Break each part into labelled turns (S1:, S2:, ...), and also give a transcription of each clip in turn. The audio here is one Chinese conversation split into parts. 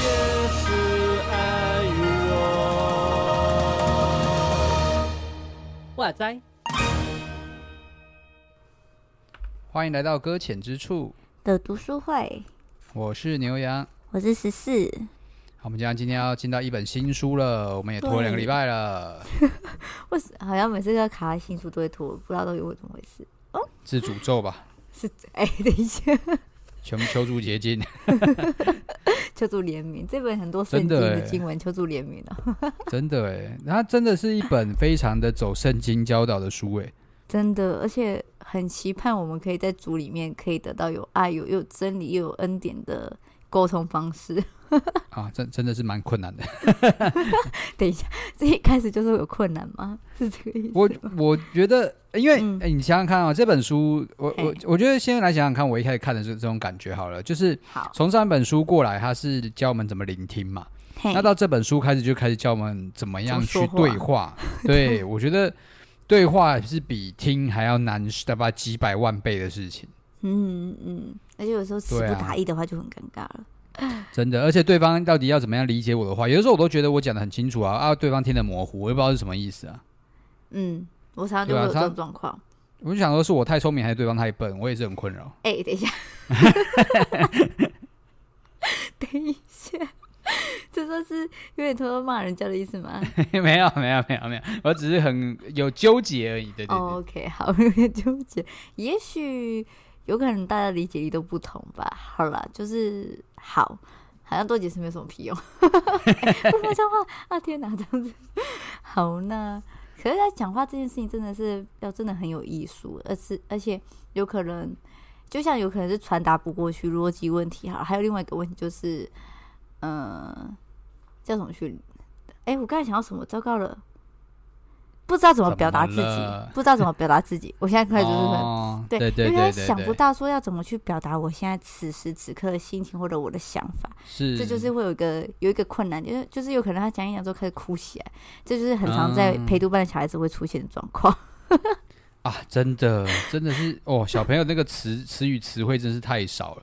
S1: 也是爱与我。哇塞！
S2: 欢迎来到搁浅之处，
S3: 的读书会，
S2: 我是牛羊。
S3: 我是十四，
S2: 好，我们将今天要进到一本新书了，我们也拖了两个礼拜了。
S3: 为什好像每次要卡在新书都会拖，不知道到底为怎么回事。
S2: 是诅咒吧？
S3: 是 哎、等一下，
S2: 求求助结晶，
S3: 求助怜悯，这本很多圣经
S2: 真的
S3: 的
S2: 欸
S3: 经文，求助怜悯哦，
S2: 真的哎，它真的是一本非常的走圣经教导的书哎。
S3: 真的，而且很期盼我们可以在主里面可以得到有爱、有又有真理又有恩典的沟通方式。
S2: 啊，真真的是蛮困难的。
S3: 这一开始就是有困难吗？是这个意思？
S2: 我我觉得，因为、
S3: 嗯
S2: 哎你想想看啊、这本书，我我
S3: 嘿
S2: 我觉得先来想想看，我一开始看的是这种感觉好了，就是
S3: 好，
S2: 从上一本书过来，它是教我们怎么聆听嘛，
S3: 嘿
S2: 那，到这本书开始就开始教我们怎么样去
S3: 怎么说话
S2: 对话。对，我觉得对话是比听还要难，大概几百万倍的事情，
S3: 嗯嗯，而且有时候词
S2: 对
S3: 不
S2: 啊
S3: 达意的话就很尴尬了。
S2: 真的。而且对方到底要怎么样理解我的话，有的时候我都觉得我讲的很清楚啊，啊，对方听得模糊，我也不知道是什么意思啊。
S3: 嗯，我常常就
S2: 对
S3: 会
S2: 啊
S3: 有这
S2: 常
S3: 种状况。
S2: 我就想说，是我太聪明还是对方太笨，我也是很困扰。
S3: 哎、等一下， 等一下，这算是有点偷偷骂人家的意思吗？
S2: 没有，没有，没有，没有，我只是很有纠结而已。对对对。
S3: 哦、o k 好， 有点纠结。也许有可能大家理解力都不同吧。好啦，就是好，好像多解释没有什么屁用。 哎不说脏话啊！天哪，这样子。好，那可是，在讲话这件事情真的是要真的很有艺术，而是而且有可能，就像有可能是传达不过去逻辑问题。好了，还有另外一个问题就是，嗯、叫什么去？哎、我刚才想到什么？糟糕了。不知道怎么表达自
S2: 怎么
S3: 己
S2: 了，
S3: 不知道怎么表达自己。我现在开始就是很、
S2: 哦，
S3: 对
S2: 对对
S3: 因为他
S2: 对对，
S3: 想不
S2: 对
S3: 到说要怎么去表达我现在此时此刻的心情或者我的想法，
S2: 是，
S3: 这就是会有一个有一个困难，就是就是有可能他讲一讲之后开始哭起来，这就是很常在
S2: 嗯
S3: 陪读班的小孩子会出现的状况。
S2: 啊，真的，真的是哦，小朋友那个词词语词汇真是太少了。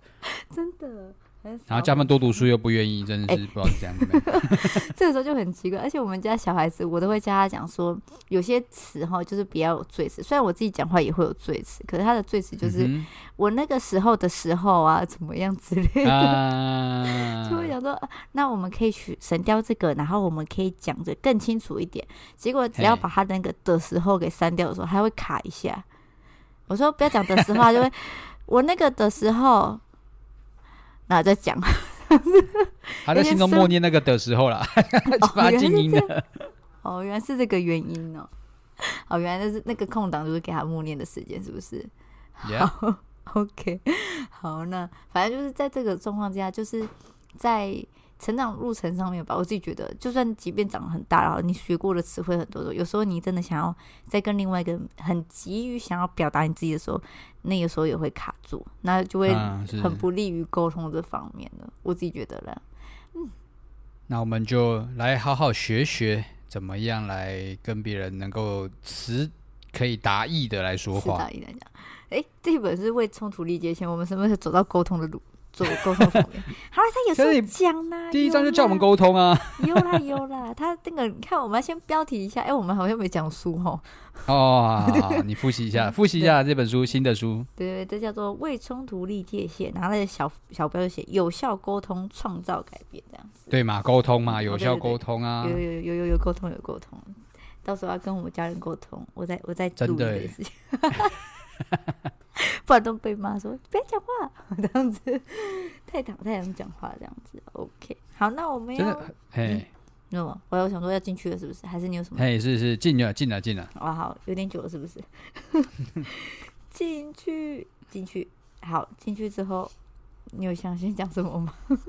S3: 真的。很少
S2: 然后家们多读书又不愿意，真的
S3: 哎
S2: 是不知道是这样子没有。
S3: 这个时候就很奇怪，而且我们家小孩子，我都会教他讲说，有些词哈，就是不要有罪词。虽然我自己讲话也会有罪词，可是他的罪词 就是、
S2: 嗯
S3: 我那个时候的时候啊，怎么样之类
S2: 哼
S3: 的。
S2: 啊
S3: 就会想说，啊那我们可以去省掉这个，然后我们可以讲的更清楚一点。结果只要
S2: 嘿
S3: 把他那个的时候给删掉的时候，他会卡一下。我说不要讲的时候，他就会我那个的时候，然后再讲。
S2: 他在心中默念那个的时候 啦， 就把它静音
S3: 哦原来是
S2: 了。
S3: 哦，原来是这个原因哦。哦，原来那是那个空档就是给他默念的时间，是不是？
S2: Yeah，
S3: 好 OK，好，那反正就是在这个状况之下，就是在成长路程上面吧，我自己觉得，就算即便长得很大，然后你学过的词汇很多的，有时候你真的想要在跟另外一个很急于想要表达你自己的时候，那有时候也会卡住，那就会
S2: 嗯是
S3: 很不利于沟通这方面的，我自己觉得啦。
S2: 那我们就来好好学学怎么样来跟别人能够词可以达意的来说
S3: 是
S2: 话
S3: 大。意来讲，哎、这一本是为冲突力界限，我们什么时候走到沟通的路？走沟通方面， 好了，他有时
S2: 可是
S3: 候
S2: 你
S3: 讲啦，
S2: 第一章就
S3: 有
S2: 叫我
S3: 啦
S2: 们沟通啊！
S3: 有啦有啦，他那个你看，我们要先标题一下，哎、我们好像没讲书吼，
S2: 哦，好好你复习一
S3: 嗯
S2: 下，复习一下这本书新的书。
S3: 对对，对这叫做为冲突立界限，然后那个小小标就写有效沟通创造改变这样子，
S2: 对嘛，沟通嘛，有
S3: 哦对
S2: 效
S3: 对对
S2: 沟通啊
S3: 有，有有有有有沟通有沟通，到时候要跟我们家人沟通，我在我在
S2: 真
S3: 录
S2: 的
S3: 这
S2: 耶
S3: 件事情， 不然都被骂说不要讲话 这样子，太讨太想讲话这样子，OK，好，那我们
S2: 真
S3: 要
S2: 的，嘿，
S3: 那么我有想说要进去了是不是？还是你有什么？
S2: 嘿，是是，进了，进了，进了。
S3: 哇，哦好，有点久了，是不是？ 进去，进去，好，进去之后，你有想先讲什么吗？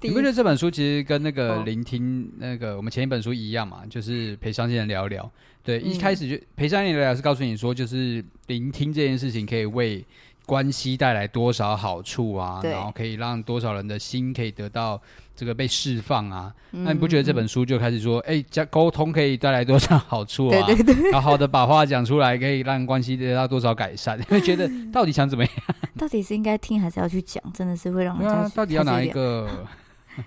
S3: 第
S2: 你
S3: 一
S2: 不觉得这本书其实跟那个
S3: 哦
S2: 聆听那个我们前一本书一样嘛？就是陪伤心人聊聊。对，一
S3: 嗯
S2: 开始就陪伤心人聊聊是告诉你说，就是聆听这件事情可以为关系带来多少好处啊，
S3: 对
S2: 然后可以让多少人的心可以得到这个被释放啊。那
S3: 那
S2: 你不觉得这本书就开始说，哎，加沟通可以带来多少好处啊？
S3: 对对对，
S2: 好好的把话讲出来，可以让关系得到多少改善？ 会觉得到底想怎么 样？
S3: 到底是应该听还是要去讲？真的是会让人家
S2: 啊
S3: 去、
S2: 到底要哪
S3: 开始
S2: 一
S3: 有点？
S2: 个？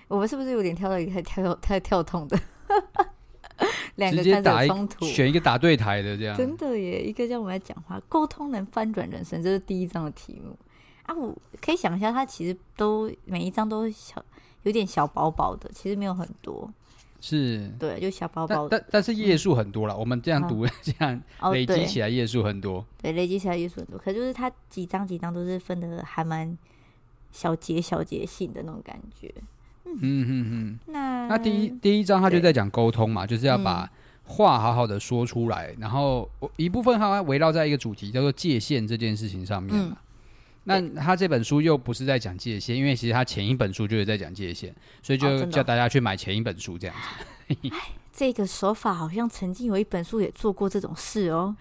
S3: 我们是不是有点跳到一个太跳太跳痛的？ 两
S2: 直
S3: 个
S2: 接
S3: 开
S2: 打
S3: 始
S2: 一
S3: 有冲突，
S2: 选一个打对台的这样。
S3: 真的耶！一个叫我们来讲话，沟通能翻转人生，这是第一章的题目啊。我可以想一下，它其实都每一章都小，有点小薄薄的，其实没有很多，
S2: 是，
S3: 对，就小薄
S2: 但
S3: 薄的。
S2: 但但是页数很多了，我们这样读这样
S3: 嗯 哦，
S2: 累积
S3: 对
S2: 起来页数很多。
S3: 对，累积起来也是很多，可就是它几章几章都是分的还蛮小节小节性的那种感觉。
S2: 嗯嗯嗯。
S3: 那
S2: 那第一第一章他就
S3: 嗯对嗯
S2: 在讲沟通嘛，就是要把话好好的说出来，然后我一部分它围绕在一个主题叫做界限这件事情上面
S3: 嗯
S2: 嘛。那他这本书又不是在讲界限，因为其实他前一本书就是在讲界限，所以
S3: 哦
S2: 就
S3: 真的哦
S2: 叫大家去买前一本书这样子。
S3: 这个手法好像曾经有一本书也做过这种事哦，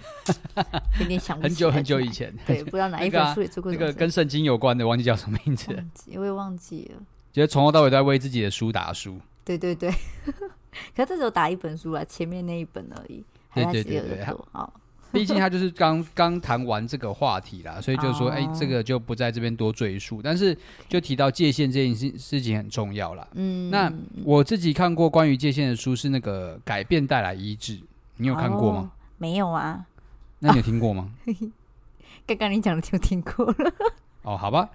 S3: 有点想不
S2: 很
S3: 起
S2: 久
S3: 来
S2: 很久
S3: 是
S2: 以
S3: 哪，
S2: 前，
S3: 对，不知道哪一
S2: 那个啊
S3: 本书也做过
S2: 那
S3: 这种
S2: 个
S3: 事。
S2: 跟圣经有关的，忘记叫什么名字了，
S3: 忘记我也忘记了。
S2: 就是从头到尾都在为自己的书打书。
S3: 对对对， 可这只有打一本书啦，啊前面那一本而已，还
S2: 对对
S3: 是他其实有
S2: 对对
S3: 在
S2: 他
S3: 做哦。
S2: 毕竟他就是刚刚谈完这个话题啦，所以就说，
S3: 哦
S2: 哎、这个就不在这边多赘述。但是就提到界限这件事事情很重要啦。
S3: 嗯，
S2: 那我自己看过关于界限的书是那个《改变带来医治》，你有看过吗？
S3: 哦？没有啊，
S2: 那你有听过 吗？
S3: 刚刚你讲的就听过了。
S2: 哦，好吧，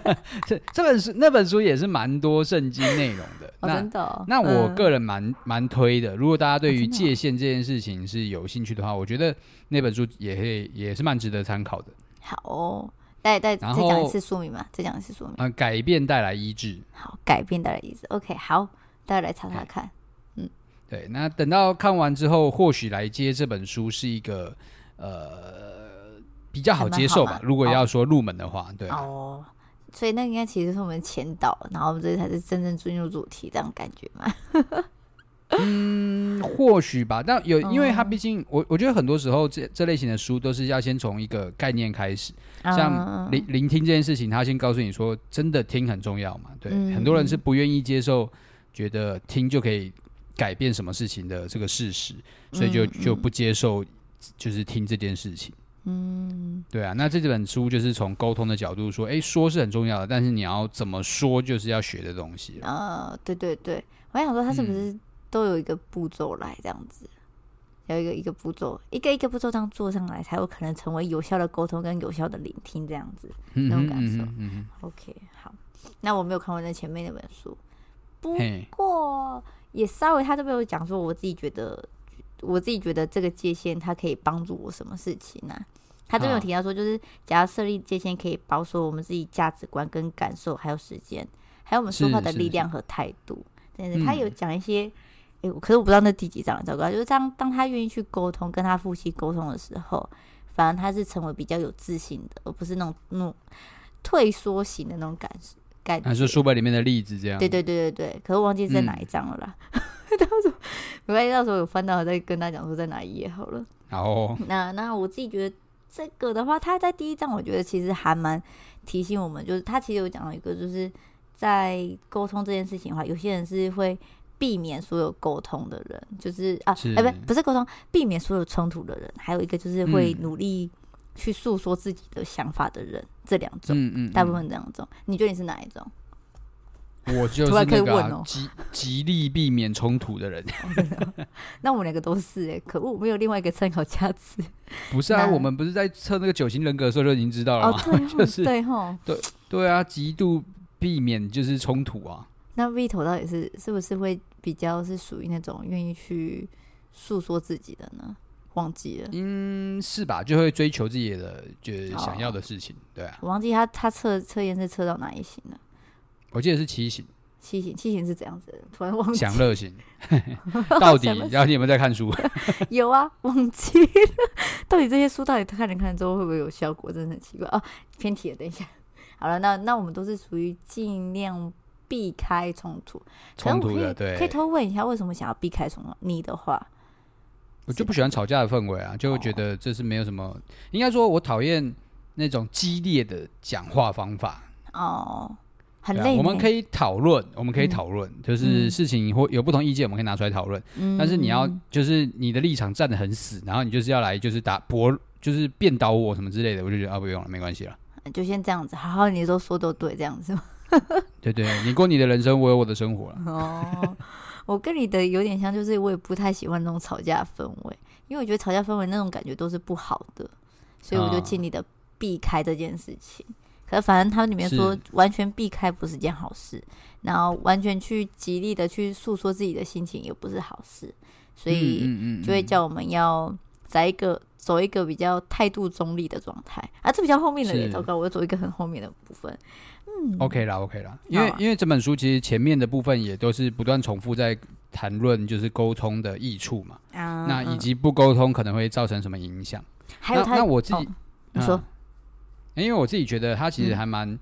S2: 这这本书那本书也是蛮多圣经内容的。
S3: 哦，
S2: 那
S3: 真的哦、
S2: 那我
S3: 嗯
S2: 个人蛮蛮推的，如果大家对
S3: 哦
S2: 于
S3: 真的哦
S2: 界限这件事情是有兴趣的话，我觉得那本书也会也是蛮值得参考的。
S3: 好哦，再再
S2: 然
S3: 再
S2: 后
S3: 讲一次说明嘛，再讲一次说明。
S2: 呃，改变带来医治。
S3: 好，改变大家的意思。OK，好，大家来查查看。
S2: 对，那等到看完之后，或许来接这本书是一个呃比较好接受吧
S3: 还蛮好。嘛
S2: 如果要说入门的话，对啊、
S3: 哦，所以那应该其实是我们前导，然后我们这才是真正进入主题，这样感觉嘛。
S2: 嗯或许吧。但有，因为它
S3: 嗯
S2: 毕竟我我觉得很多时候这这类型的书都是要先从一个概念开始，像
S3: 嗯
S2: 聆聆听这件事情，他先告诉你说，真的听很重要嘛。对，
S3: 嗯
S2: 很多人是不愿意接受，觉得听就可以改变什么事情的这个事实，所以就
S3: 嗯嗯
S2: 就不接受就是听这件事情。
S3: 嗯，
S2: 对啊，那这本书就是从沟通的角度说，诶，说是很重要的，但是你要怎么说，就是要学的东西啊了。
S3: 呃，对对对，我还想说他是不是都有一个步骤来这样子，有一个一个步骤，一个一个步骤这样做上来，才有可能成为有效的沟通跟有效的聆听这样子。
S2: 嗯
S3: 那
S2: 哼
S3: 种感受
S2: 嗯哼嗯
S3: OK，好，那我没有看过那前面那本书，不
S2: 哼嘿，
S3: 过也稍微他都被我讲说，我自己觉得，我自己觉得这个界限它可以帮助我什么事情呢、他这边有
S2: 啊
S3: 提到说，就是假如设立界限，可以保守我们自己价值观、跟感受，还有时间，还有我们说
S2: 是
S3: 话的
S2: 是
S3: 力
S2: 是
S3: 量和态度。但是他
S2: 嗯
S3: 有讲一些，诶，我可是我不知道那第几章了，糟糕，就是当当他愿意去沟通，跟他夫妻沟通的时候，反而他是成为比较有自信的，而不是那种那种退缩型的那种感感觉。
S2: 还是书本里面的例子嗯这样。
S3: 对对对对对，可是忘记是在哪一章了啦。 到时候没关系，到时候有翻到我再跟他讲说在哪一页好了。
S2: 然后，
S3: 那那我自己觉得这个的话，他在第一章我觉得其实还蛮提醒我们，就是他其实有讲到一个，就是在沟通这件事情的话，有些人是会避免所有沟通的人，就是啊，
S2: 是
S3: 哎、不不是沟通，避免所有冲突的人，还有一个就是会
S2: 嗯
S3: 努力去诉说自己的想法的人，这两种。
S2: 嗯嗯，
S3: 大部分这两种，你觉得你是哪一种？
S2: 嗯我 就是
S3: 突然可以
S2: 那个
S3: 问
S2: 啊
S3: 哦
S2: 极极力避免冲突的人。
S3: 那我们两个都是哎、可恶，没有另外一个参考价 值。
S2: 不是啊，
S3: 那
S2: 我们不是在测那个九型人格的时候就已经知道了
S3: 哦
S2: 吗？，
S3: 对吼，
S2: 就是
S3: 对哦吼。
S2: 对啊，极度避免就是冲突啊。
S3: 那 V 头到底是是不是会比较是属于那种愿意去诉说自己的呢？忘记了，
S2: 嗯，是吧？就会追求自己的就是想要的事情。对啊，
S3: 我忘记他他测测验是测到哪一型了。
S2: 我记得是七型，
S3: 七型七型是怎样子的？突然忘记
S2: 享乐 型。 到底
S3: 享乐型
S2: 到底有没有在看 书？
S3: 有啊，忘记了。 到底这些书到底看人看了之后会不会有效果？真的很奇怪哦。偏题了，等一下。好了，那那我们都是属于尽量避开冲突。可
S2: 冲
S3: 能我
S2: 突
S3: 可
S2: 的，
S3: 以
S2: 对
S3: 可以，偷问一下，为什么想要避开冲突？你的话，哦
S2: 我就不喜欢吵架的氛围啊，就会觉得这是没有什么。应该说，我讨厌那种激烈的讲话方法。
S3: 哦，很
S2: 对
S3: 累
S2: 啊，
S3: 呢、
S2: 我们可
S3: 以，
S2: 以讨论，我们可以
S3: 嗯
S2: 讨论，就是
S3: 嗯
S2: 事情或有不同意见，我们可以拿出来讨论。但是你要就是你的立场站得很死，然后你就是要来就是打驳，就是辩倒我什么之类的，我就觉得啊不用了，没关系了。
S3: 就先这样子，好好你都说都对，这样子吗。
S2: 对对，你过你的人生，我有我的生活了。
S3: 哦，我跟你的有点像，就是我也不太喜欢那种吵架氛围，因为我觉得吵架氛围那种感觉都是不好的，所以我就
S2: 啊
S3: 尽力的避开这件事情。可是反正它里面说
S2: 是
S3: 完全避开不是件好事，然后完全去极力的去诉说自己的心情也不是好事，所以
S2: 嗯
S3: 就会叫我们要在一个走一个比较态度中立的状态啊，这比较后面的也
S2: 是
S3: 糟糕，我又走一个很后面的部分，嗯
S2: OK 啦，OK 啦，因为、
S3: 好啊
S2: 因为这本书其实前面的部分也都是不断重复在谈论就是沟通的益处嘛，
S3: 啊
S2: 那以
S3: 嗯
S2: 及不沟通可能会造成什么影响。
S3: 还有
S2: 那
S3: 他
S2: 那我自己
S3: 哦你说嗯
S2: 嗯因为我自己觉得它其实还蛮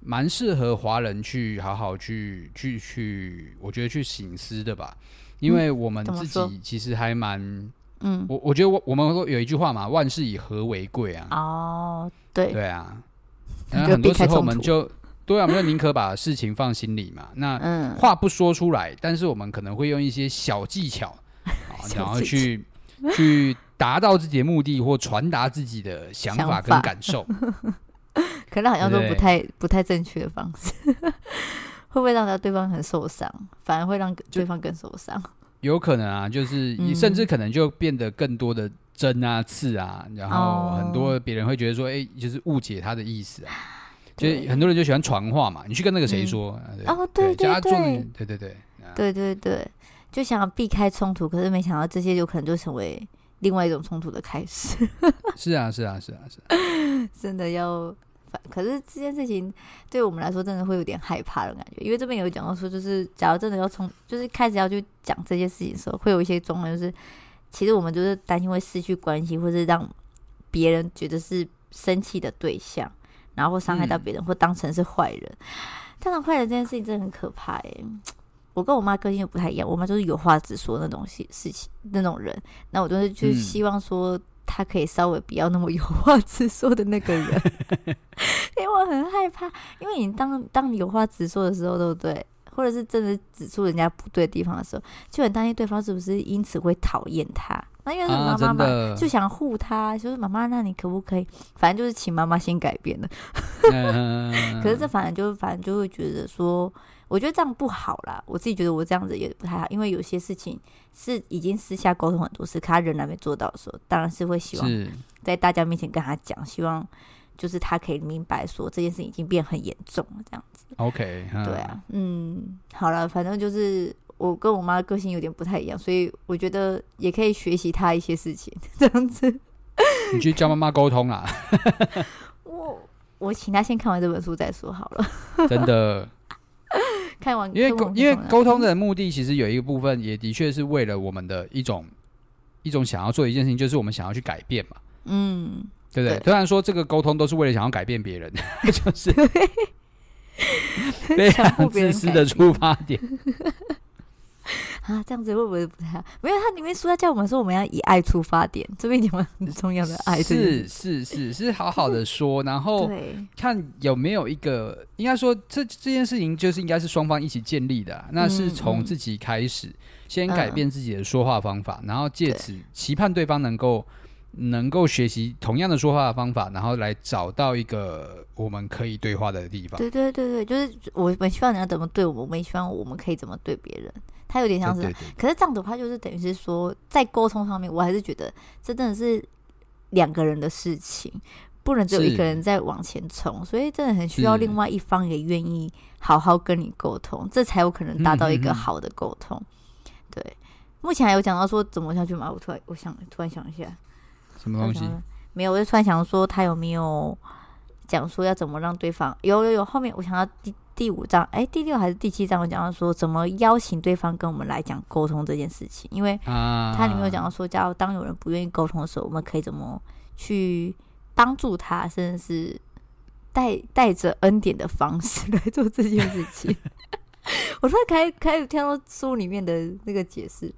S2: 蛮适合华人去好好去去去，我觉得去醒思的吧。因为我们
S3: 嗯怎么
S2: 自
S3: 说
S2: 己其实还蛮，
S3: 嗯
S2: 我我觉得我我们说有一句话嘛，万事以和为贵啊，
S3: 哦，对，
S2: 对啊，
S3: 就
S2: 那很多
S3: 避开
S2: 时候我
S3: 冲
S2: 们
S3: 突
S2: 就对啊，我们就宁可把事情放心里嘛。那
S3: 嗯，
S2: 话不说出来，但是我们可能会用一些小技 巧，啊
S3: 小
S2: 然后
S3: 技巧
S2: 去去达到自己的目的或传达自己的想
S3: 想
S2: 法跟
S3: 法
S2: 感受。
S3: 可能好像都
S2: 对
S3: 不
S2: 不对
S3: 太不太正确的方式， 会不会让到对方很受伤？反而会让对方更受伤。
S2: 有可能啊，就是
S3: 嗯
S2: 甚至可能就变得更多的针啊、刺啊，然后
S3: 哦
S2: 很多别人会觉得说，哎、就是误解他的意思 啊。就
S3: 对
S2: 是很多人就喜欢传话嘛，你去跟那个谁说，啊
S3: 哦
S2: 对，
S3: 对
S2: 叫
S3: 对
S2: 他做那
S3: 对
S2: 个，对对对，啊
S3: 对对对，就想要避开冲突，可是没想到这些有可能就成为另外一种冲突的开始。
S2: 是啊是啊是啊是啊，
S3: 真的要反，可是这件事情对我们来说真的会有点害怕的感觉，因为这边有讲到说，就是假如真的要从，就是开始要去讲这些事情的时候，会有一些状况，就是其实我们就是担心会失去关系，或是让别人觉得是生气的对象，然后或伤害到别人，或当成是坏人。当然，坏人这件事情真的很可怕哎、我跟我妈个性又不太一样，我妈就是有话直说那种事事情那种人，那我就是就
S2: 嗯
S3: 希望说她可以稍微不要那么有话直说的那个 人，因为我很害怕，因为你当当你有话直说的时候，对不对？或者是真的指出人家不对的地方的时候，就很担心对方是不是因此会讨厌他。那因为是
S2: 啊
S3: 妈妈
S2: 真
S3: 嘛，
S2: 的，
S3: 就想护他，就是妈妈，那你可不可以？反正就是请妈妈先改变了。
S2: 嗯，
S3: 可是这反正就反正就会觉得说，我觉得这样不好啦。我自己觉得我这样子也不太好，因为有些事情是已经私下沟通很多次，可他仍然没做到的时候，当然是会希望
S2: 是
S3: 在大家面前跟他讲，希望就是他可以明白说这件事已经变很严重了，这样。
S2: OK，嗯
S3: 对，啊，嗯，好了，反正就是我跟我妈个性有点不太一样，所以我觉得也可以学习她一些事情， 这样子。
S2: 你去教妈妈沟通啊啦，
S3: 我我请她先看完这本书再说好了，
S2: 真的，
S3: 看完
S2: 因为
S3: 看
S2: 沟
S3: 完
S2: 因为
S3: 看完
S2: 沟通的目的，其实有一个部分也的确是为了我们的一种一种想要做的一件事情，就是我们想要去改变嘛，
S3: 嗯，
S2: 对不对？
S3: 对
S2: 虽然说这个沟通都是为了想要改变别 人，就是非
S3: 强迫
S2: 常
S3: 别人
S2: 自私
S3: 改
S2: 的
S3: 变
S2: 出发点，
S3: 啊，这样子会不会不太好？没有，它里面书在教我们说我们要以爱出发点，这边讲了很重要的爱这
S2: 是
S3: 件事
S2: 哦是是是好好的说，然后
S3: 对，
S2: 看有没有一个，应该说这这件事情就是应该是双方一起建立的啊、那
S3: 嗯
S2: 是从自己开始，先改变自己的说话方法，然后借此期盼对方能够能够学习同样的说话方法，然后来找到一个我们可以对话的地方。
S3: 对对对对，就是我们希望人家怎么对我们，我们也希望我们可以怎么对别人，它有点像
S2: 对
S3: 是
S2: 对对，
S3: 可是这样啊的话，就是等于是说，在沟通上面，我还是觉得这真的是两个人的事情，不能只有
S2: 是
S3: 一个人在往前冲，所以真的很需要
S2: 是
S3: 另外一方也愿意好好跟你沟通，这才有可能达到一
S2: 嗯嗯
S3: 个
S2: 嗯
S3: 好的沟通。对，目前还有讲到说怎么下去吗？我突然我想突然想一下，
S2: 什么东西？
S3: 嗯没有，我就突然想说他有没有讲说要怎么让对方有有有。后面我想到第第五章，哎，第六还是第七章，我讲到说怎么邀请对方跟我们来讲沟通这件事情，因为
S2: 啊，
S3: 嗯它里面有讲到说，假如当有人不愿意沟通的时候，我们可以怎么去帮助他，甚至是带带着恩典的方式来做这件事情。 我突然开开始听到书里面的那个解释，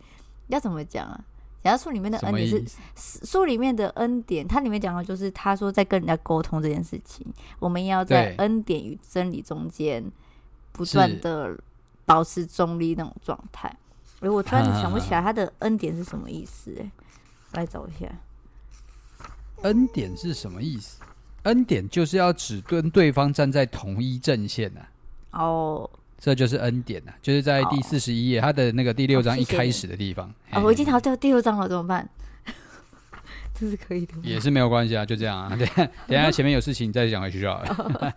S3: 要怎么讲啊？然后书里面的
S2: 什
S3: 恩
S2: 么
S3: 典
S2: 意
S3: 是
S2: 思？
S3: 书里面的恩典，它里面讲到就是他说在跟人家沟通这件事情，我们要在
S2: 对
S3: 恩典与真理中间不
S2: 是
S3: 断的保持中立那种状态。哎，我突然想不起来他的恩典是什么意思、哎，我来找一下。
S2: 恩典是什么意思？恩典就是要只跟对方站在同一阵线啊呐、
S3: 哦，
S2: 这就是恩典呐、就是在第
S3: 哦
S2: 四十一页，它的那个第六章
S3: 谢
S2: 一
S3: 谢
S2: 开
S3: 你
S2: 始的地方。
S3: 啊，
S2: 嘿
S3: 我已经逃掉第六章了，怎么办？ 这是可以的吗？
S2: 也是没有关系啊，就这样啊。 等一下等一下前面有事情你再讲回去就好了。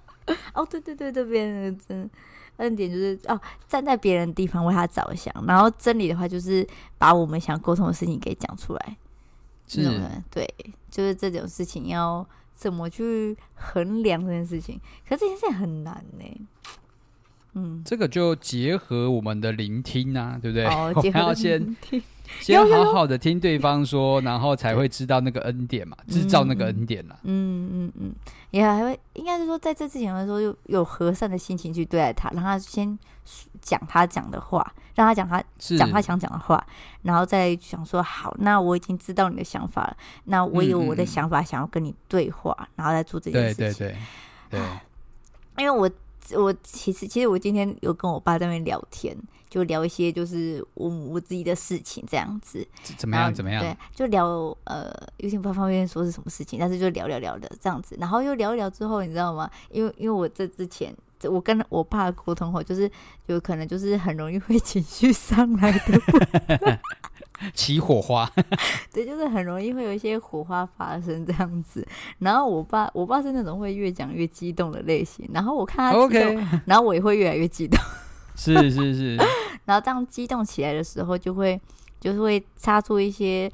S3: 哦，对对对，这边真恩典就是哦，站在别人的地方为他着想，然后真理的话就是把我们想沟通的事情给讲出来，
S2: 是
S3: 你懂吗对，就是这种事情要怎么去衡量这件事情，可是这件事情很难呢。嗯，
S2: 这个就结合我们的聆听啊，对不对？
S3: 哦，
S2: 我
S3: 结
S2: 们
S3: 合
S2: 要
S3: 得
S2: 先
S3: 很低
S2: 先
S3: 有有
S2: 好好的听对方说，然后才会知道那个恩典嘛，制造那个恩典啦。
S3: 嗯嗯嗯，也还会，应该是说在这之前的时候，有有和善的心情去对待他，让他先讲他讲的话，让他讲他
S2: 是
S3: 讲他想讲的话，然后再想说好，那我已经知道你的想法了，那我有
S2: 嗯
S3: 我
S2: 嗯
S3: 的
S2: 嗯
S3: 想法想要跟你对话，然后再做这件
S2: 对
S3: 事情。啊
S2: 对对对，
S3: 因为我我其实其实我今天有跟我爸在那边聊天，就聊一些就是我我自己的事情这样子，
S2: 怎怎么
S3: 然后
S2: 样怎么样？
S3: 啊对，就聊呃，有点不太方便说是什么事情，但是就聊聊聊的这样子，然后又聊一聊之后，你知道吗？因为因为我这之前。这我跟我爸沟通后，就是有可能就是很容易会 情绪上来的
S2: 起火花，
S3: 对，就是很容易会有一些火花发生这样子。然后我爸，我爸是那种会越讲越激动的类型。然后我看他激 动
S2: OK，
S3: 然后我也会越来越激动。
S2: 是是是，
S3: 然后当激动起来的时候，就会就是会擦出一些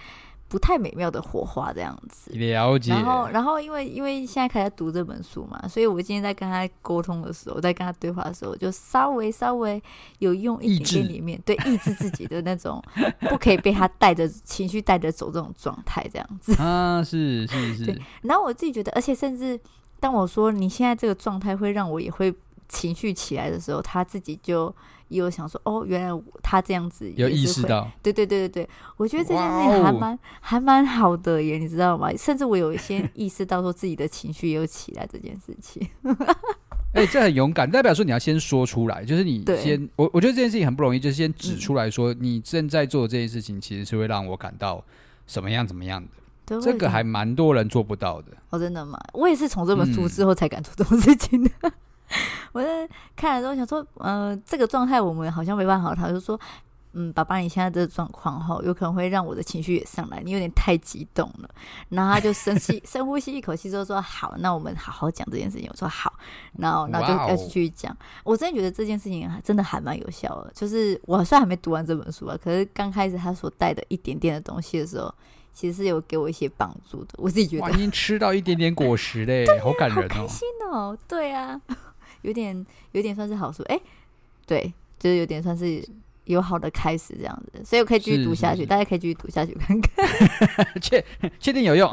S3: 不太美妙的火花这样子。
S2: 了解。
S3: 然后，然后因为因为现在开始读这本书嘛，所以我今天在跟他沟通的时候，在跟他对话的时候，就稍微稍微有用一
S2: 抑
S3: 点点
S2: 制
S3: 里面对抑制自己的那种 不可以被他带着情绪带着走这种状态这样子。
S2: 啊，是是是
S3: 对，然后我自己觉得，而且甚至当我说你现在这个状态会让我也会情绪起来的时候，他自己就也有想说，哦，原来我他这样子
S2: 有
S3: 也
S2: 意
S3: 是
S2: 识
S3: 会，
S2: 到，
S3: 对对对对对，我觉得这件事
S2: 哇哦
S3: 情还蛮、还蛮好的耶，你知道吗？甚至我有一些意识到说自己的情绪也有起来这件事情，
S2: 哎，这很勇敢，代表说你要先说出来，就是你
S3: 对嗯
S2: 先，我我觉得这件事情很不容易，就是先指出来说你正在做的这件事情，其实是会让我感到什么样怎么样的，
S3: 对
S2: 这个还蛮多人做不到的。
S3: 哦，真的吗？我也是从这本书
S2: 嗯
S3: 之后才敢做这种事情的。 我在看了之后想说，呃，这个状态我们好像没办法。他就说，嗯，爸爸，你现在这个状况哈，有可能会让我的情绪也上来，你有点太激动了。然后他就深 吸深呼吸一口气之后说，好，那我们好好讲这件事情。我说好，然后然后就
S2: 哇哦
S3: 要去讲。我真的觉得这件事情还真的还蛮有效的，就是我虽然还没读完这本书啊，可是刚开始他所带的一点点的东西的时候。其实是有给我一些帮助的，我自己觉得
S2: 哇，已经吃到一点点果实嘞， 好感人哦！
S3: 真的哦，对啊， 有点有点算是好书，哎、对，就是有点算是有好的开始这样子，所以我可以继续
S2: 是
S3: 读
S2: 是
S3: 下去，
S2: 是
S3: 大家可以继续读下去看 看。
S2: 确确定 有用，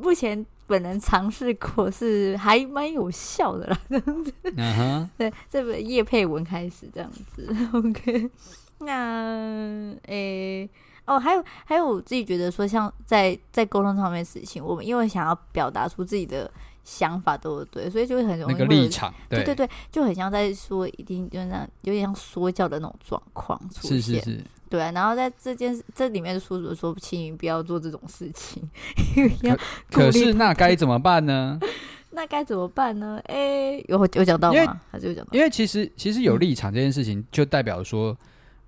S3: 目前本人尝试过是还蛮有效的啦，
S2: 嗯哼，
S3: 对，这本叶佩文开始这样子，OK，那诶。哦，还有还有，我自己觉得说，像在在沟通上面的事情，我们因为想要表达出自己的想法，对不对？所以就会很容
S2: 那
S3: 易
S2: 个
S3: 会有
S2: 立场，
S3: 对对
S2: 对，
S3: 对，就很像在说，一定就是那有点像说教的那种状况出现。
S2: 是是是，
S3: 对、啊，然后在这件事这里面的书主说，请你不要做这种事情，因为要鼓
S2: 可
S3: 励
S2: 是
S3: 他
S2: 那该怎么办呢？
S3: 那该怎么办呢？哎，有有讲到
S2: 因为
S3: 吗？还是有讲到？
S2: 因为其实其实有
S3: 嗯
S2: 立场这件事情，就代表说，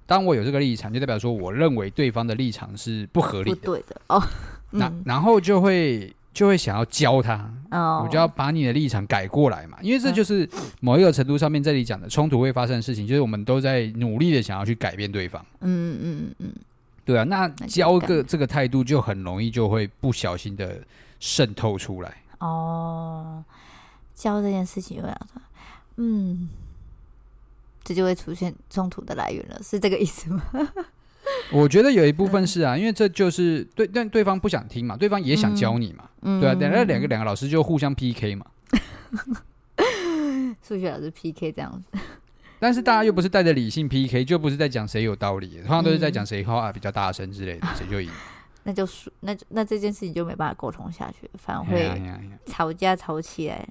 S2: 当我有这个立场，就代表说我认为对方的立场是不合理
S3: 不
S2: 的，
S3: 对的哦，
S2: 那、
S3: 嗯
S2: 然后就会就会想要教他，
S3: 哦，嗯
S2: 我就要把你的立场改过来嘛，因为这就是某一个程度上面这里讲的冲突会发生的事情，就是我们都在努力的想要去改变对方。
S3: 嗯嗯嗯嗯，
S2: 对啊，那
S3: 那就
S2: 教
S3: 改
S2: 个这个态度就很容易就会不小心的渗透出来。
S3: 哦，教这件事情有讲到，嗯，这就会出现冲突的来源了，是这个意思吗？
S2: 我觉得有一部
S3: 嗯
S2: 分是啊，因为这就是对，但对方不想听嘛，对方也想教你嘛，
S3: 嗯，
S2: 对啊，等下两个两个老师就互相 PK 嘛，
S3: 嗯数学老师 PK 这样子，
S2: 但是大家又不是带着理性 PK，就不是在讲谁有道理，通常都是在
S3: 嗯
S2: 讲谁话比较大声之类的，谁就赢。
S3: 那就输，那就那这件事情就没办法沟通下去，反而
S2: 哎呀哎
S3: 会
S2: 呀哎呀
S3: 吵架吵起来。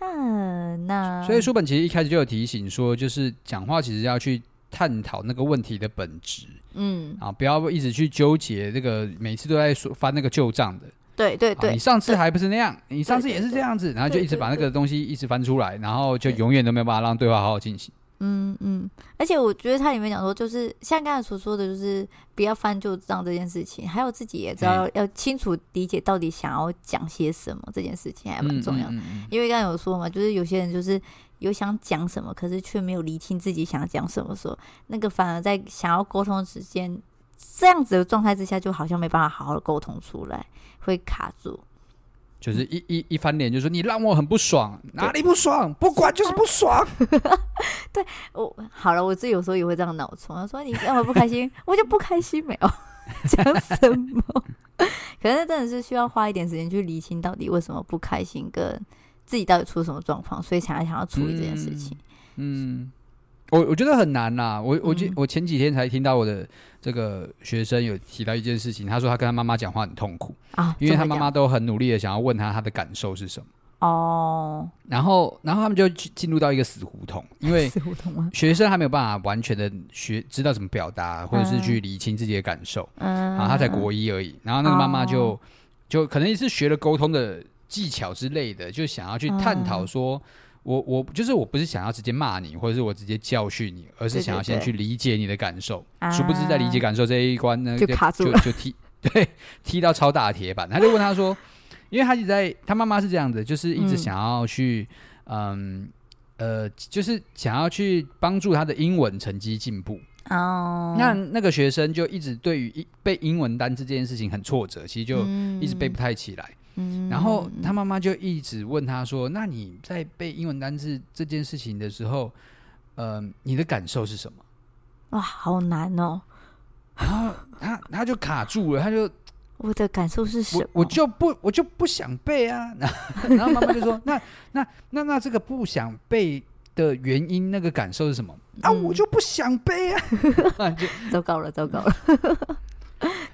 S3: 嗯，那
S2: 所以书本其实一开始就有提醒说，就是讲话其实要去探讨那个问题的本质
S3: 嗯，
S2: 啊，不要一直去纠结这个，每次都在说翻那个旧账的。
S3: 对对
S2: 啊
S3: 哎对
S2: 你，上次还不是那样，你上次
S3: 对对
S2: 也是这
S3: 对
S2: 样子，然后就
S3: 对
S2: 一直
S3: 对
S2: 把那
S3: 对
S2: 个东西一直翻出来，然后就永远都没有办法让对话好好进行。
S3: 嗯嗯，而且我觉得它里面讲说，就是像刚才所说的，就是不要翻旧账这件事情，还有自己也知
S2: 哎
S3: 道要清楚理解到底想要讲些什么，这件事情还蛮重要的。
S2: 嗯嗯嗯嗯
S3: 因为刚才有说嘛，就是有些人就是有想讲什么，可是却没有理清自己想讲什么时候，那个反而在想要沟通之间，这样子的状态之下，就好像没办法好好的沟通出来，会卡住。
S2: 就是一一一翻脸就说你让我很不爽，哪里不爽？不管就是不爽。
S3: 哦，好了，我自己有时候也会这样脑冲，他说你干嘛不开心， 我就不开心没有，讲什么？ 可是真的是需要花一点时间去理清到底为什么不开心，跟自己到底出了什么状况，所以想要想要处理这件事情。
S2: 嗯，我我觉得很难啦。我我今
S3: 嗯
S2: 我前几天才听到我的这个学生有提到一件事情，他说他跟他妈妈讲话很痛苦，
S3: 啊，
S2: 嗯因为
S3: 怎
S2: 他妈
S3: 么讲
S2: 妈都很努力的想要问他他的感受是什么，
S3: 哦，
S2: 然后然后他们就进进入到一个死胡同，因为
S3: 是胡同吗？
S2: 学生还没有办法完全的学知道怎么表达，或者是
S3: 嗯
S2: 去理清自己的感受。
S3: 嗯，
S2: 然后他才国一而已，然后那个妈妈就、
S3: 哦
S2: 就可能也是学了沟通的技巧之类的，就想要去探讨说，我我就是我不是想要直接骂你，或者是我直接教训你，而是
S3: 对对
S2: 想要先
S3: 对
S2: 去理解你的感受，
S3: 啊
S2: 殊不知在理解感受这一关呢，
S3: 就卡住了
S2: 就就 踢对踢到超大的铁板，他就问他说，因为他一直在他妈妈是这样子，就是一直
S3: 嗯
S2: 想要去嗯。呃，就是想要去帮助他的英文成绩进步，
S3: 哦，
S2: 那那个学生就一直对于一背英文单词这件事情很挫折，其实就一直背不太起来。
S3: 嗯，
S2: 然后他妈妈就一直问他说：“那你在背英文单词这件事情的时候，呃，你的感受是什么
S3: 哇，好难哦，？”
S2: 然后他他就卡住了，他就
S3: 我的感受是什么
S2: 我？我就不我就不想背啊。 然后然后妈妈就说：“那 那那那这个不想背的原因，那个感受是什么？”啊，
S3: 嗯
S2: 我就不想背 啊。 然后就
S3: 糟糕 了，糟糕了，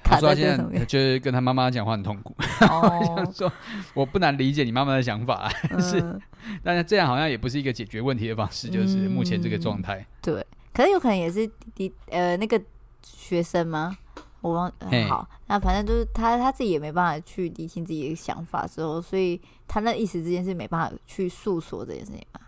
S2: 他
S3: 卡
S2: 说他
S3: 在这上
S2: 现在
S3: 面
S2: 就是跟他妈妈讲话很痛苦。
S3: 哦，
S2: 说我不难理解你妈妈的想法，啊 是
S3: 嗯
S2: 但是这样好像也不是一个解决问题的方式，就是目前这个状态。
S3: 对，可是有可能也是弟呃那个学生吗？我忘、呃
S2: 嘿
S3: 好，那反正就是他他自己也没办法去理清自己的想法之后，所以他那一时之间是没办法去诉说这件事情吧？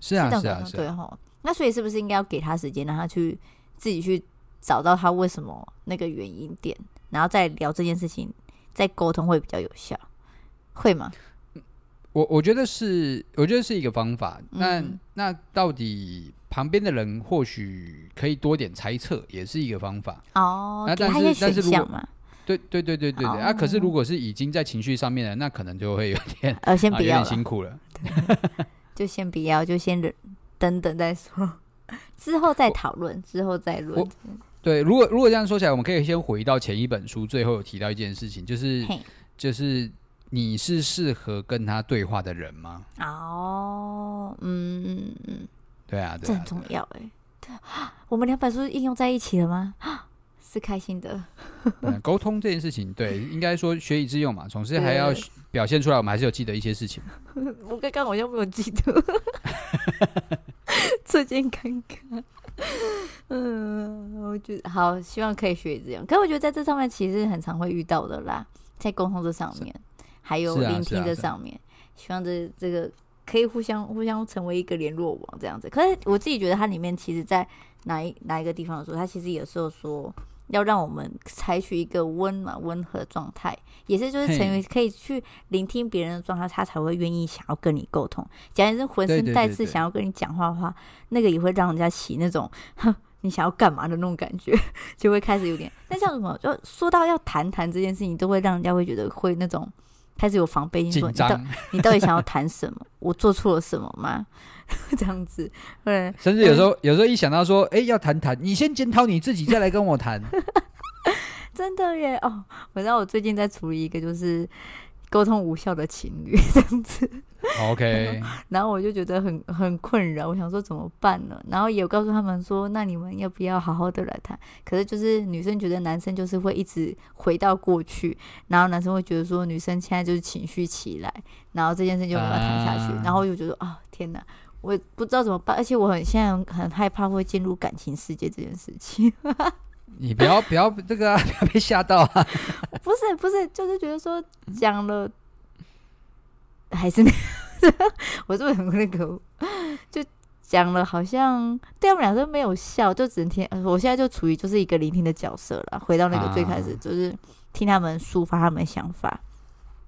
S2: 是啊，
S3: 这样
S2: 是
S3: 讲
S2: 啊，
S3: 吗
S2: 是
S3: 对
S2: 啊。
S3: 吼。那所以是不是应该要给他时间，让他去自己去找到他为什么那个原因点，然后再聊这件事情，再沟通会比较有效，会吗？
S2: 我我觉得是，我觉得是一个方法。那、
S3: 嗯
S2: 那到底旁边的人或许可以多点猜测，也是一个方法。
S3: 哦，
S2: 那
S3: 给
S2: 但
S3: 他
S2: 是
S3: 一些
S2: 但是如
S3: 选项
S2: 果
S3: 嘛，
S2: 对对对对对对、啊！
S3: 哦
S2: 可是如果是已经在情绪上面了，那可能就会有 点
S3: 呃，先
S2: 啊，
S3: 不
S2: 有
S3: 要
S2: 点
S3: 了，
S2: 辛苦了。
S3: 就先不要，就先忍，等等再说， 之后再讨论，之后再论
S2: 我。对，如果如果这样说起来，我们可以先回到前一本书最后有提到一件事情，就是
S3: 嘿，
S2: 就是你是适合跟他对话的人吗？
S3: 哦，嗯嗯嗯，
S2: 对啊，
S3: 这
S2: 对
S3: 很
S2: 啊，
S3: 重要哎。对， 我们两本书应用在一起了吗？ 是开心的，
S2: 嗯沟通这件事情， 对，应该说学以致用嘛，总是还
S3: 对
S2: 要表现出来，我们还是有记得一些事情。
S3: 我刚刚好像没有记 得，最近尴尬。嗯，我觉得好，希望可以学以致用。可是我觉得在这上面其实很常会遇到的啦，在沟通这上面，还有
S2: 是啊
S3: 聆
S2: 是啊
S3: 听这
S2: 是啊
S3: 上面，希望这这个可以互相互相成为一个联络网这样子。可是我自己觉得它里面其实，在哪一哪一个地方说，它其实有时候说要让我们采取一个温暖温和的状态，也是就是
S2: 嘿
S3: 成为可以去聆听别人的状态，他才会愿意想要跟你沟通。假如是浑
S2: 对
S3: 身
S2: 对
S3: 带
S2: 对
S3: 刺
S2: 对
S3: 想要跟你讲话的话，那个也会让人家起 那种哼你想要干嘛的那种感觉，就会开始有点。那像什么，就说到要谈谈这件事情，都会让人家会觉得会那种开始有防备心，
S2: 紧
S3: 说你到
S2: 张，
S3: 你到底想要谈什么？我做错了什么吗？ 这样子，对，
S2: 甚至有时
S3: 嗯
S2: 候有时候一想到说，哎，要谈谈，你先检讨你自己，再来跟我 谈。
S3: 真的耶！哦，我知道我最近在处理一个就是沟通无效的情侣 这样子。
S2: 哦 OK，
S3: 然后我就觉得很很困扰，我想说怎么办呢？然后也有告诉他们说，那你们要不要好好的来谈？可是就是女生觉得男生就是会一直回到过去，然后男生会觉得说女生现在就是情绪起来，然后这件事就没有谈下去。
S2: 啊
S3: 然后我就觉得啊、天哪，我也不知道怎么办，而且我很现在很很害怕会进入感情世界这件事情。
S2: 你不要不要这个啊，不要被吓到啊！
S3: 不是不是，就是觉得说讲了还是那样， 我是不是很那个？就讲了，好像对他们俩都没有笑，就只能听。呃我现在就处于就是一个聆听的角色了，回到那个最开始，
S2: 啊
S3: 就是听他们抒发他们的想法，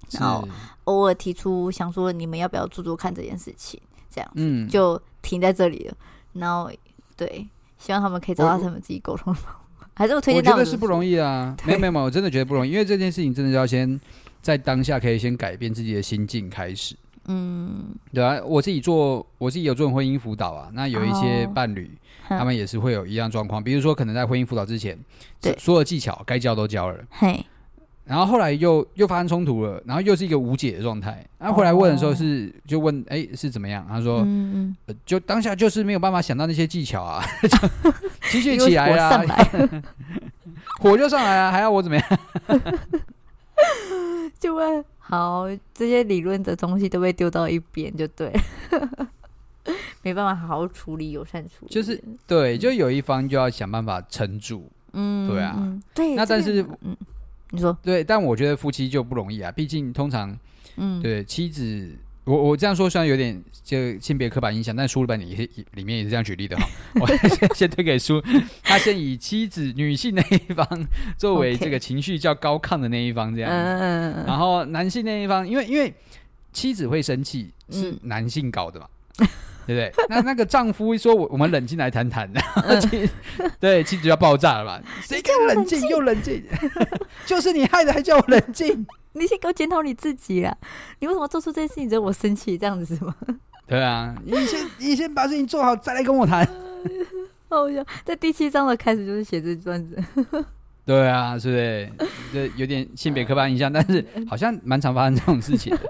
S2: 是，
S3: 好偶尔提出想说你们要不要做做看这件事情，这样
S2: 嗯，
S3: 就停在这里了。然后对，希望他们可以找到
S2: 我
S3: 他们自己沟通的方法，还是我推
S2: 我
S3: 荐
S2: 觉
S3: 他们
S2: 得是不容易 啊。没有没有没有，我真的觉得不容易，因为这件事情真的要先在当下可以先改变自己的心境开始。
S3: 嗯，
S2: 对啊，我自己做，我自己有做婚姻辅导啊。那有一些
S3: 哦
S2: 伴侣，
S3: 哼
S2: 他们也是会有一样状况，比如说可能在婚姻辅导之前，
S3: 对
S2: 所所有技巧该教都教了，
S3: 嘿，
S2: 然后后来又又发生冲突了，然后又是一个无解的状态。然后回来问的时候是、就问，哎，是怎么样？他说、
S3: 哦嗯嗯。
S2: 呃就当下就是没有办法想到那些技巧啊， 就情绪
S3: 因为
S2: 起来啊
S3: 火上
S2: 啦，
S3: 来
S2: 火就上来啊了，还要我怎么样？
S3: 就会好，这些理论的东西都被丢到一边，就对了， 没办法好好处理，友善处理，
S2: 就是对，就有一方就要想办法撑住。
S3: 嗯，
S2: 对啊
S3: 嗯，对，
S2: 那
S3: 这
S2: 但
S3: 个
S2: 是
S3: 嗯，你说，
S2: 对，但我觉得夫妻就不容易啊，毕竟通常
S3: 嗯，
S2: 对，啊妻子，我我这样说虽然有点就性别刻板印象，但书里边也是里面也是这样举例的 哈。我先先推给书，他先以妻子女性那一方作为
S3: OK
S2: 这个情绪较高亢的那一方这
S3: 嗯
S2: 样子，
S3: 嗯嗯嗯
S2: 然后男性那一方，因为因为妻子会生气是
S3: 嗯
S2: 男性搞的嘛。对不对？那那个丈夫说：“我我们冷静来谈 谈。”然
S3: 嗯
S2: 后妻对妻子就要爆炸了嘛？谁敢冷静又冷静？ 就是你害的，还叫我冷静？
S3: 你先给我检讨你自己啊，你为什么做出这件事情惹我生气，这样子是吗？
S2: 对啊，你先你先把事情做好，再来跟我 谈。
S3: 好笑，在第七章的开始就是写这段子，
S2: 对啊，是不是？这有点性别刻板印象，但是好像蛮常发生这种事情的。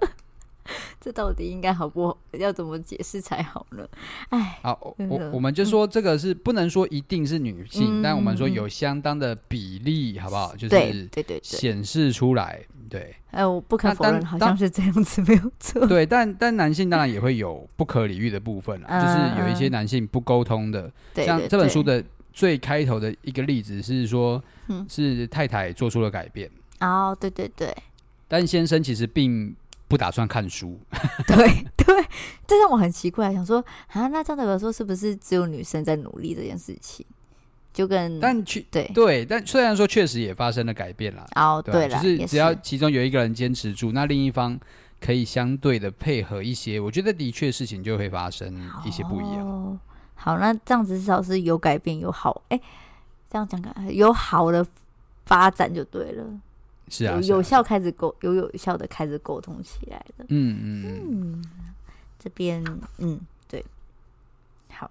S3: 这到底应该好不好？要怎么解释才好呢？哎，
S2: 好，我
S3: 真的
S2: 我我们就说这个是不能说一定是女性，
S3: 嗯
S2: 但我们说有相当的比例，好不好？就
S3: 对
S2: 是
S3: 对对对，
S2: 显示出来， 对
S3: 哎，我不可
S2: 那
S3: 否
S2: 当
S3: 认，好
S2: 当
S3: 像是这样子，没有错。
S2: 对，但但男性当然也会有不可理喻的部分 啦，就是有一些男性不沟通的，
S3: 对
S2: 像
S3: 嗯对
S2: 这本
S3: 对
S2: 书的最开头的一个例子是说
S3: 嗯，
S2: 是太太做出了改变，
S3: 哦，对对对
S2: 但先生其实并不打算看书，
S3: 对对，这让我很奇怪，想说啊，那这样代表说是不是只有女生在努力这件事情？就跟
S2: 但去
S3: 嗯对
S2: 对，但虽然说确实也发生了改变啦，
S3: 哦，
S2: 吧
S3: 对了，
S2: 啊就是
S3: 也
S2: 只要其中有一个人坚持住，那另一方可以相对的配合一些，我觉得的确事情就会发生一些不一样。
S3: 哦好，那这样子至少是有改变，有好哎，这样讲看有好的发展就对了，
S2: 是啊，
S3: 有
S2: 是啊
S3: 有效开始沟有有效的开始沟通起来了。
S2: 嗯嗯，嗯
S3: 嗯，这边嗯对，好，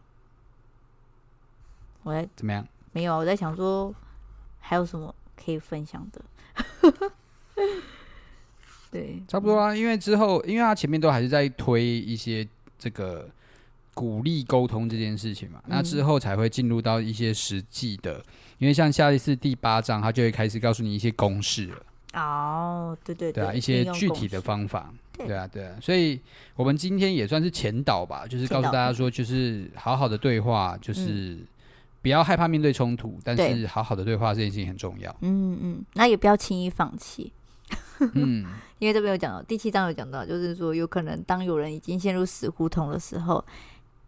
S3: 我来
S2: 怎么样？
S3: 没有啊，我在想说还有什么可以分享的。 对，
S2: 差不多啦，因为之后，因为他前面都还是在推一些这个鼓励沟通这件事情
S3: 嗯
S2: 嘛，那之后才会进入到一些实际的，因为像下一次第八章，他就会开始告诉你一些公式了。
S3: 哦，对对
S2: 对啊，一些具体的，方法，
S3: 对
S2: 对啊，对啊，所以我们今天也算是前导吧，就是告
S3: 前
S2: 诉
S3: 导嗯
S2: 大家说，就是好好的对话，就是不要害怕面对冲突，但是
S3: 对。
S2: 好好的对话这件事情很重要
S3: 嗯嗯，那也不要轻易放弃，
S2: 嗯，
S3: 因为这边有讲到第七章有讲到，就是说有可能当有人已经陷入死胡同的时候，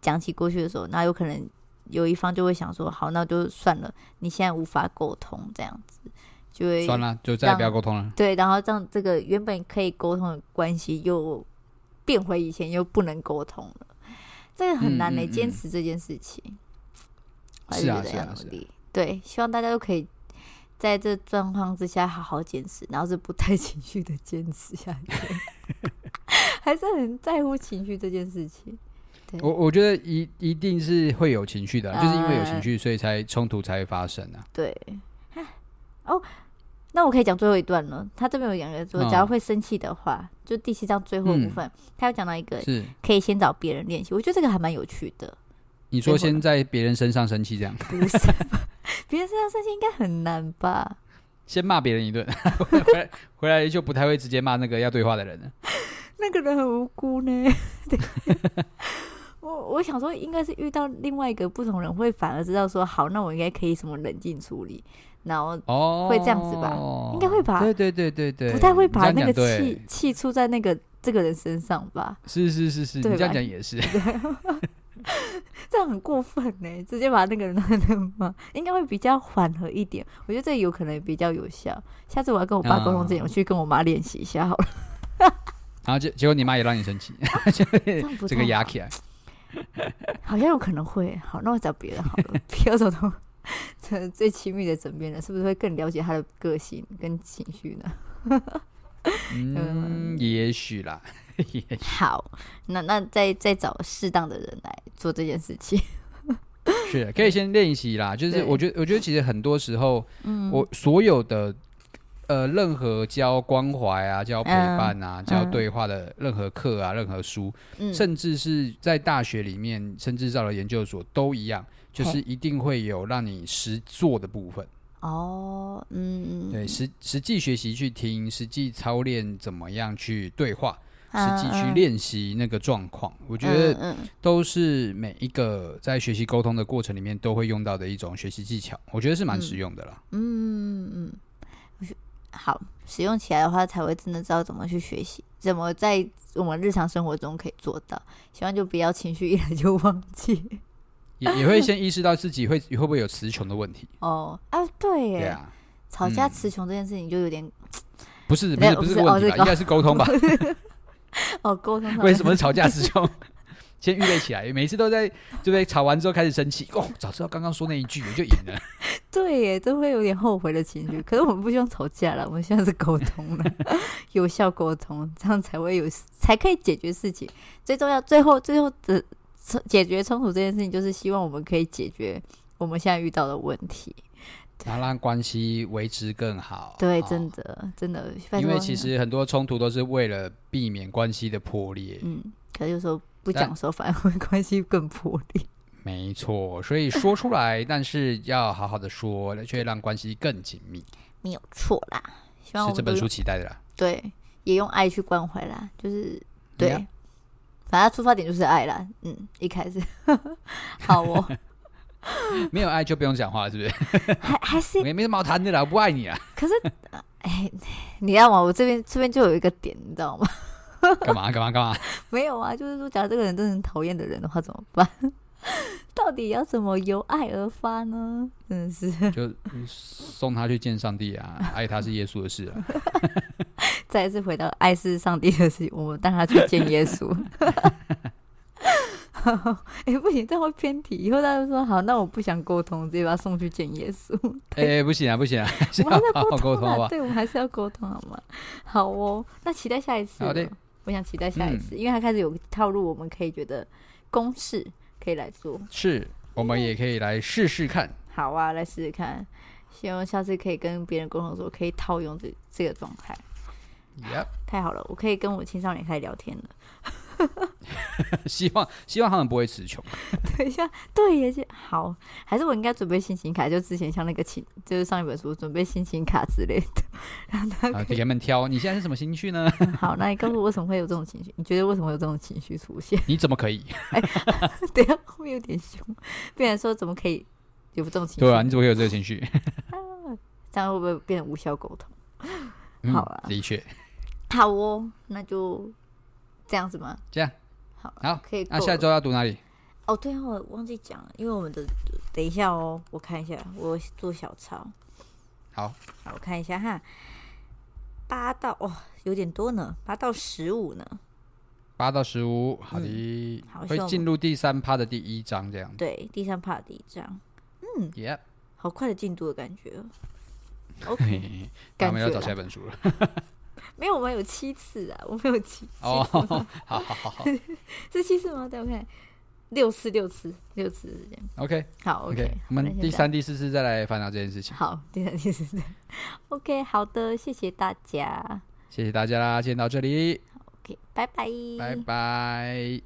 S3: 讲起过去的时候，那有可能有一方就会想说，好，那就算了，你现在无法沟通这样子，就会
S2: 算了，就再也不要沟通了。
S3: 对，然后让这个原本可以沟通的关系又变回以前又不能沟通了，这个很难
S2: 嗯
S3: 呢、
S2: 嗯
S3: 坚
S2: 嗯
S3: 持这件事情，我还
S2: 是啊
S3: 觉得
S2: 是
S3: 要
S2: 啊是
S3: 努
S2: 啊
S3: 力。对，希望大家都可以在这状况之下好好坚持，然后是不带情绪的坚持下去， 还是很在乎情绪这件事情。对
S2: 我我觉得一一定是会有情啊绪的啦，就是因为有
S3: 呃
S2: 情绪，所以才冲突才会发生啊。
S3: 对，哦，那我可以讲最后一段了。他这边有讲个说，
S2: 嗯
S3: 假如会生气的话，就第七章最后的部分，他有讲到一个
S2: 是
S3: 可以先找别人练习，我觉得这个还蛮有趣的。
S2: 你说先在别人身上生气，这样
S3: 不是，别人身上生气应该很难吧？
S2: 先骂别人一顿， 回来回来就不太会直接骂那个要对话的人了。
S3: 那个人很无辜呢。 对，我我想说，应该是遇到另外一个不同人，会反而知道说，好，那我应该可以什么冷静处理，然后
S2: 哦，
S3: 会这样子吧应该会吧
S2: 对对对对对，
S3: 不太会把
S2: 你这
S3: 那
S2: 样
S3: 个
S2: 讲对
S3: 气气出在那个这个人身上吧？
S2: 是是是是，你
S3: 对吧
S2: 这样讲也是，
S3: 这样很过分呢，直接把那个人那个嘛，应该会比较缓和一点。我觉得这有可能比较有效。下次我要跟我爸沟通之前，我去跟我妈练习一下好了。
S2: 然后结结果你妈也让你生气，
S3: 这样不
S2: 这
S3: 太
S2: 个
S3: 好
S2: 压起来，
S3: 好像有可能会。好，那我找别人好 了，不要找到这 最亲密的枕边人，是不是会更了解他的个性跟情绪呢？
S2: 嗯，也许啦，哎
S3: 好，那那再再找适当的人来做这件事情。
S2: 是可以先练习啦。就是
S3: 对嗯
S2: 我觉得，我觉得其实很多时候，我所有的呃，任何教关怀啊、教陪伴啊、教对话的任何课啊、任何书，
S3: 嗯，
S2: 甚至 是在大学里面，甚至到了研究所都一样，就是
S3: 嘿
S2: 一定会有让你实做的部分。
S3: 哦，嗯，
S2: 对，实实际学习去听，实际操练怎么样去对话，
S3: 嗯，
S2: 实际去
S3: 嗯，
S2: 练习那个状况，我
S3: 我
S2: 觉得
S3: 嗯嗯
S2: 都是每一个在学习沟通的过程里面都会用到的一种学习技巧，我觉得是蛮实用的啦。
S3: 嗯嗯嗯，我觉好，使用起来的话，才会真的知道怎么去学习，怎么在我们日常生活中可以做到。希望就不要情绪一来就忘
S2: 啊
S3: 记。
S2: 也 也会先意识到自己会会不会有词穷的问题。
S3: 哦啊，对耶，
S2: 对啊，
S3: 吵架
S2: 嗯
S3: 词穷这件事情就有点
S2: 不是不
S3: 没
S2: 是
S3: 有
S2: 不是
S3: 不是
S2: 问题
S3: 哦
S2: 吧，
S3: 是
S2: 应该是沟通吧？
S3: 哦，沟通上
S2: 为什 么是吵架词穷？ 先预备起来，每次都在对不对？吵完之后开始生气，哦，早知道刚刚说那一句我就赢 了。
S3: 对耶，都会有点后悔的情绪。可是我们不希望吵架了，我们现在是沟通了， 有效沟通，这样才会有，才可以解决事情。最重要，最后最后的冲解决冲突这件事情，就是希望我们可以解决我们现在遇到的问题。
S2: 然后让关系维持更好。
S3: 对，
S2: 哦
S3: 真的真的，拜
S2: 因为
S3: 托
S2: 其实很多冲突都是为了避免关系的破裂。
S3: 嗯，可是有时候不
S2: 但
S3: 讲的时候，反而会关系更破裂。
S2: 没错，所以说出来，但是要好好的说，却让关系更紧密，
S3: 没有错啦，希望我
S2: 是
S3: 们
S2: 这
S3: 都
S2: 本
S3: 有
S2: 书期待的啦。
S3: 对，也用爱去关怀啦，就是
S2: 对
S3: 对，
S2: 啊
S3: 反正出发点就是爱啦。嗯，一开始 好哦，
S2: 没有爱就不用讲话了，是不是？
S3: 还还是
S2: 我也没什么好谈的啦，我不爱你啊，
S3: 可是，哎，你知道吗？我这边这边就有一个点，你知道吗？
S2: 干嘛干嘛干嘛？
S3: 没有啊，就是说，假如这个人真的很讨厌的人的话，怎么办？ 到底要怎么由爱而发呢？真的是
S2: 就嗯送他去见上帝啊，爱他是耶稣的事 啊。
S3: 再一次回到爱是上帝的事情，我们带他去见耶稣。 哎、不行，这样会偏题。以后大家就说好，那我不想沟通，直接把他送去见耶稣。
S2: 哎、不行啊，不行啊，是
S3: 我
S2: 要
S3: 们还是
S2: 好
S3: 要
S2: 好
S3: 沟
S2: 沟
S3: 通
S2: 通
S3: 啊，
S2: 好不好？
S3: 对，我们还是要沟通好吗？好哦，那期待下一次。
S2: 好的，嗯
S3: 我想期待下一次，因为他开始有套路，我们可以觉得公式可以来做。
S2: 是我们也可以来试试看。
S3: 好啊，来试试看，希望下次可以跟别人沟通的时候可以套用这这个状态。
S2: Yep，
S3: 太好了，我可以跟我青少年开始聊天了。
S2: 希望希望他们不会词穷。啊
S3: 等一下，对耶，是好，还是我应该准备心情卡？就之前像那个情，就是上一本书准备心情卡之 类的，让他
S2: 啊，
S3: 可
S2: 给
S3: 以。
S2: 人们挑，你现在是什么情绪呢？
S3: 好，那你告诉我为什么会有这种情绪？你觉得为什么会有这种情绪出现？
S2: 你怎么可以？
S3: 等一下啊会不会有点凶，不然说怎么可以有这种情绪？
S2: 对啊，你怎么会有这个情绪？
S3: 这样会不会变成无效沟通？
S2: 嗯
S3: 好啊
S2: 的确，
S3: 好哦，那就这样子吗？
S2: 这样
S3: 好，啊
S2: 好。
S3: 可以够
S2: 那、
S3: 了。
S2: 下周要读哪里？
S3: 哦，对啊，我忘记讲了，因为我们的等一下哦，我看一下，我做小抄，
S2: 好，
S3: 好，我看一下哈，八到哦，有点多呢，八到十五呢，
S2: 八到十五，好的，
S3: 嗯好
S2: 会
S3: 希望我们
S2: 进入第三趴的第一章这样。
S3: 对，第三 part 第一章，嗯
S2: Yep，
S3: 好快的进度的感觉哦。OK，
S2: 那
S3: 感
S2: 我们
S3: 觉啊
S2: 要找下一
S3: 啦
S2: 本书 了。
S3: 没有，我们 有七次啊，我们有七
S2: 哦，好好好好，
S3: 是七次吗？对，我看六次六次六次是这样。
S2: OK
S3: 好
S2: OK，
S3: 好
S2: 我
S3: 那
S2: 们
S3: 先
S2: 第
S3: 这样
S2: 三、第四次再来烦恼这件事情。
S3: 好第三第四次 OK，好的，谢谢大家。
S2: 谢谢大家啦，先到这里，
S3: 嗯 OK，拜拜，
S2: 拜拜。